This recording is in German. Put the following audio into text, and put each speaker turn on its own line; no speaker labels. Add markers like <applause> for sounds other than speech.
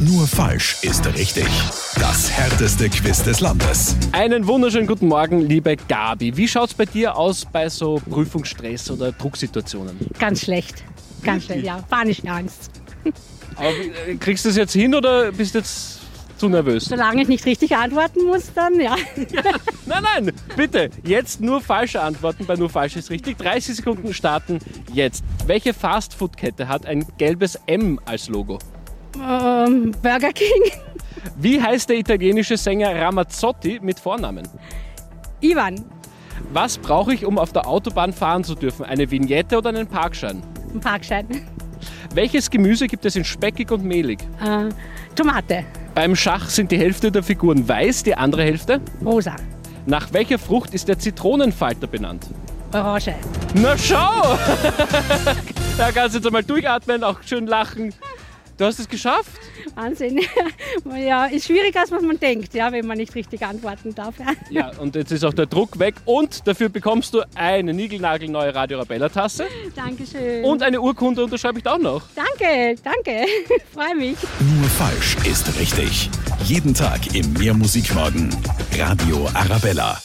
Nur falsch ist richtig. Das härteste Quiz des Landes.
Einen wunderschönen guten Morgen, liebe Gabi. Wie schaut's bei dir aus bei so Prüfungsstress oder Drucksituationen?
Ganz schlecht. Ganz schlecht, ja. Panische Angst.
Aber, äh, kriegst du das jetzt hin oder bist du jetzt zu nervös?
Solange ich nicht richtig antworten muss, dann ja. <laughs>
Nein, nein, bitte. Jetzt nur falsche Antworten bei nur falsch ist richtig. 30 Sekunden starten jetzt. Welche Fastfood-Kette hat ein gelbes M als Logo?
Ähm, Burger King.
Wie heißt der italienische Sänger Ramazzotti mit Vornamen?
Ivan,
Was brauche ich, um auf der Autobahn fahren zu dürfen? Eine Vignette oder einen Parkschein?
ein Parkschein.
Welches Gemüse gibt es in speckig und mehlig?
Äh, Tomate,
Beim Schach sind die Hälfte der Figuren weiß, die andere Hälfte?
rosa,
Nach welcher Frucht ist der Zitronenfalter benannt?
Orange.
Na schau! <laughs> da kannst du jetzt einmal durchatmen, auch schön lachen. Du hast es geschafft.
Wahnsinn. <laughs> ja, ist schwieriger, als man denkt, ja, wenn man nicht richtig antworten darf. Ja.
Ja, und jetzt ist auch der Druck weg und dafür bekommst du eine niegelnagelneue Radio Rabella Tasse
Dankeschön.
und eine Urkunde unterschreibe ich da auch noch.
danke, danke. <laughs> Freue mich.
Nur falsch ist richtig. Jeden Tag im Mehrmusikmorgen. Radio Arabella.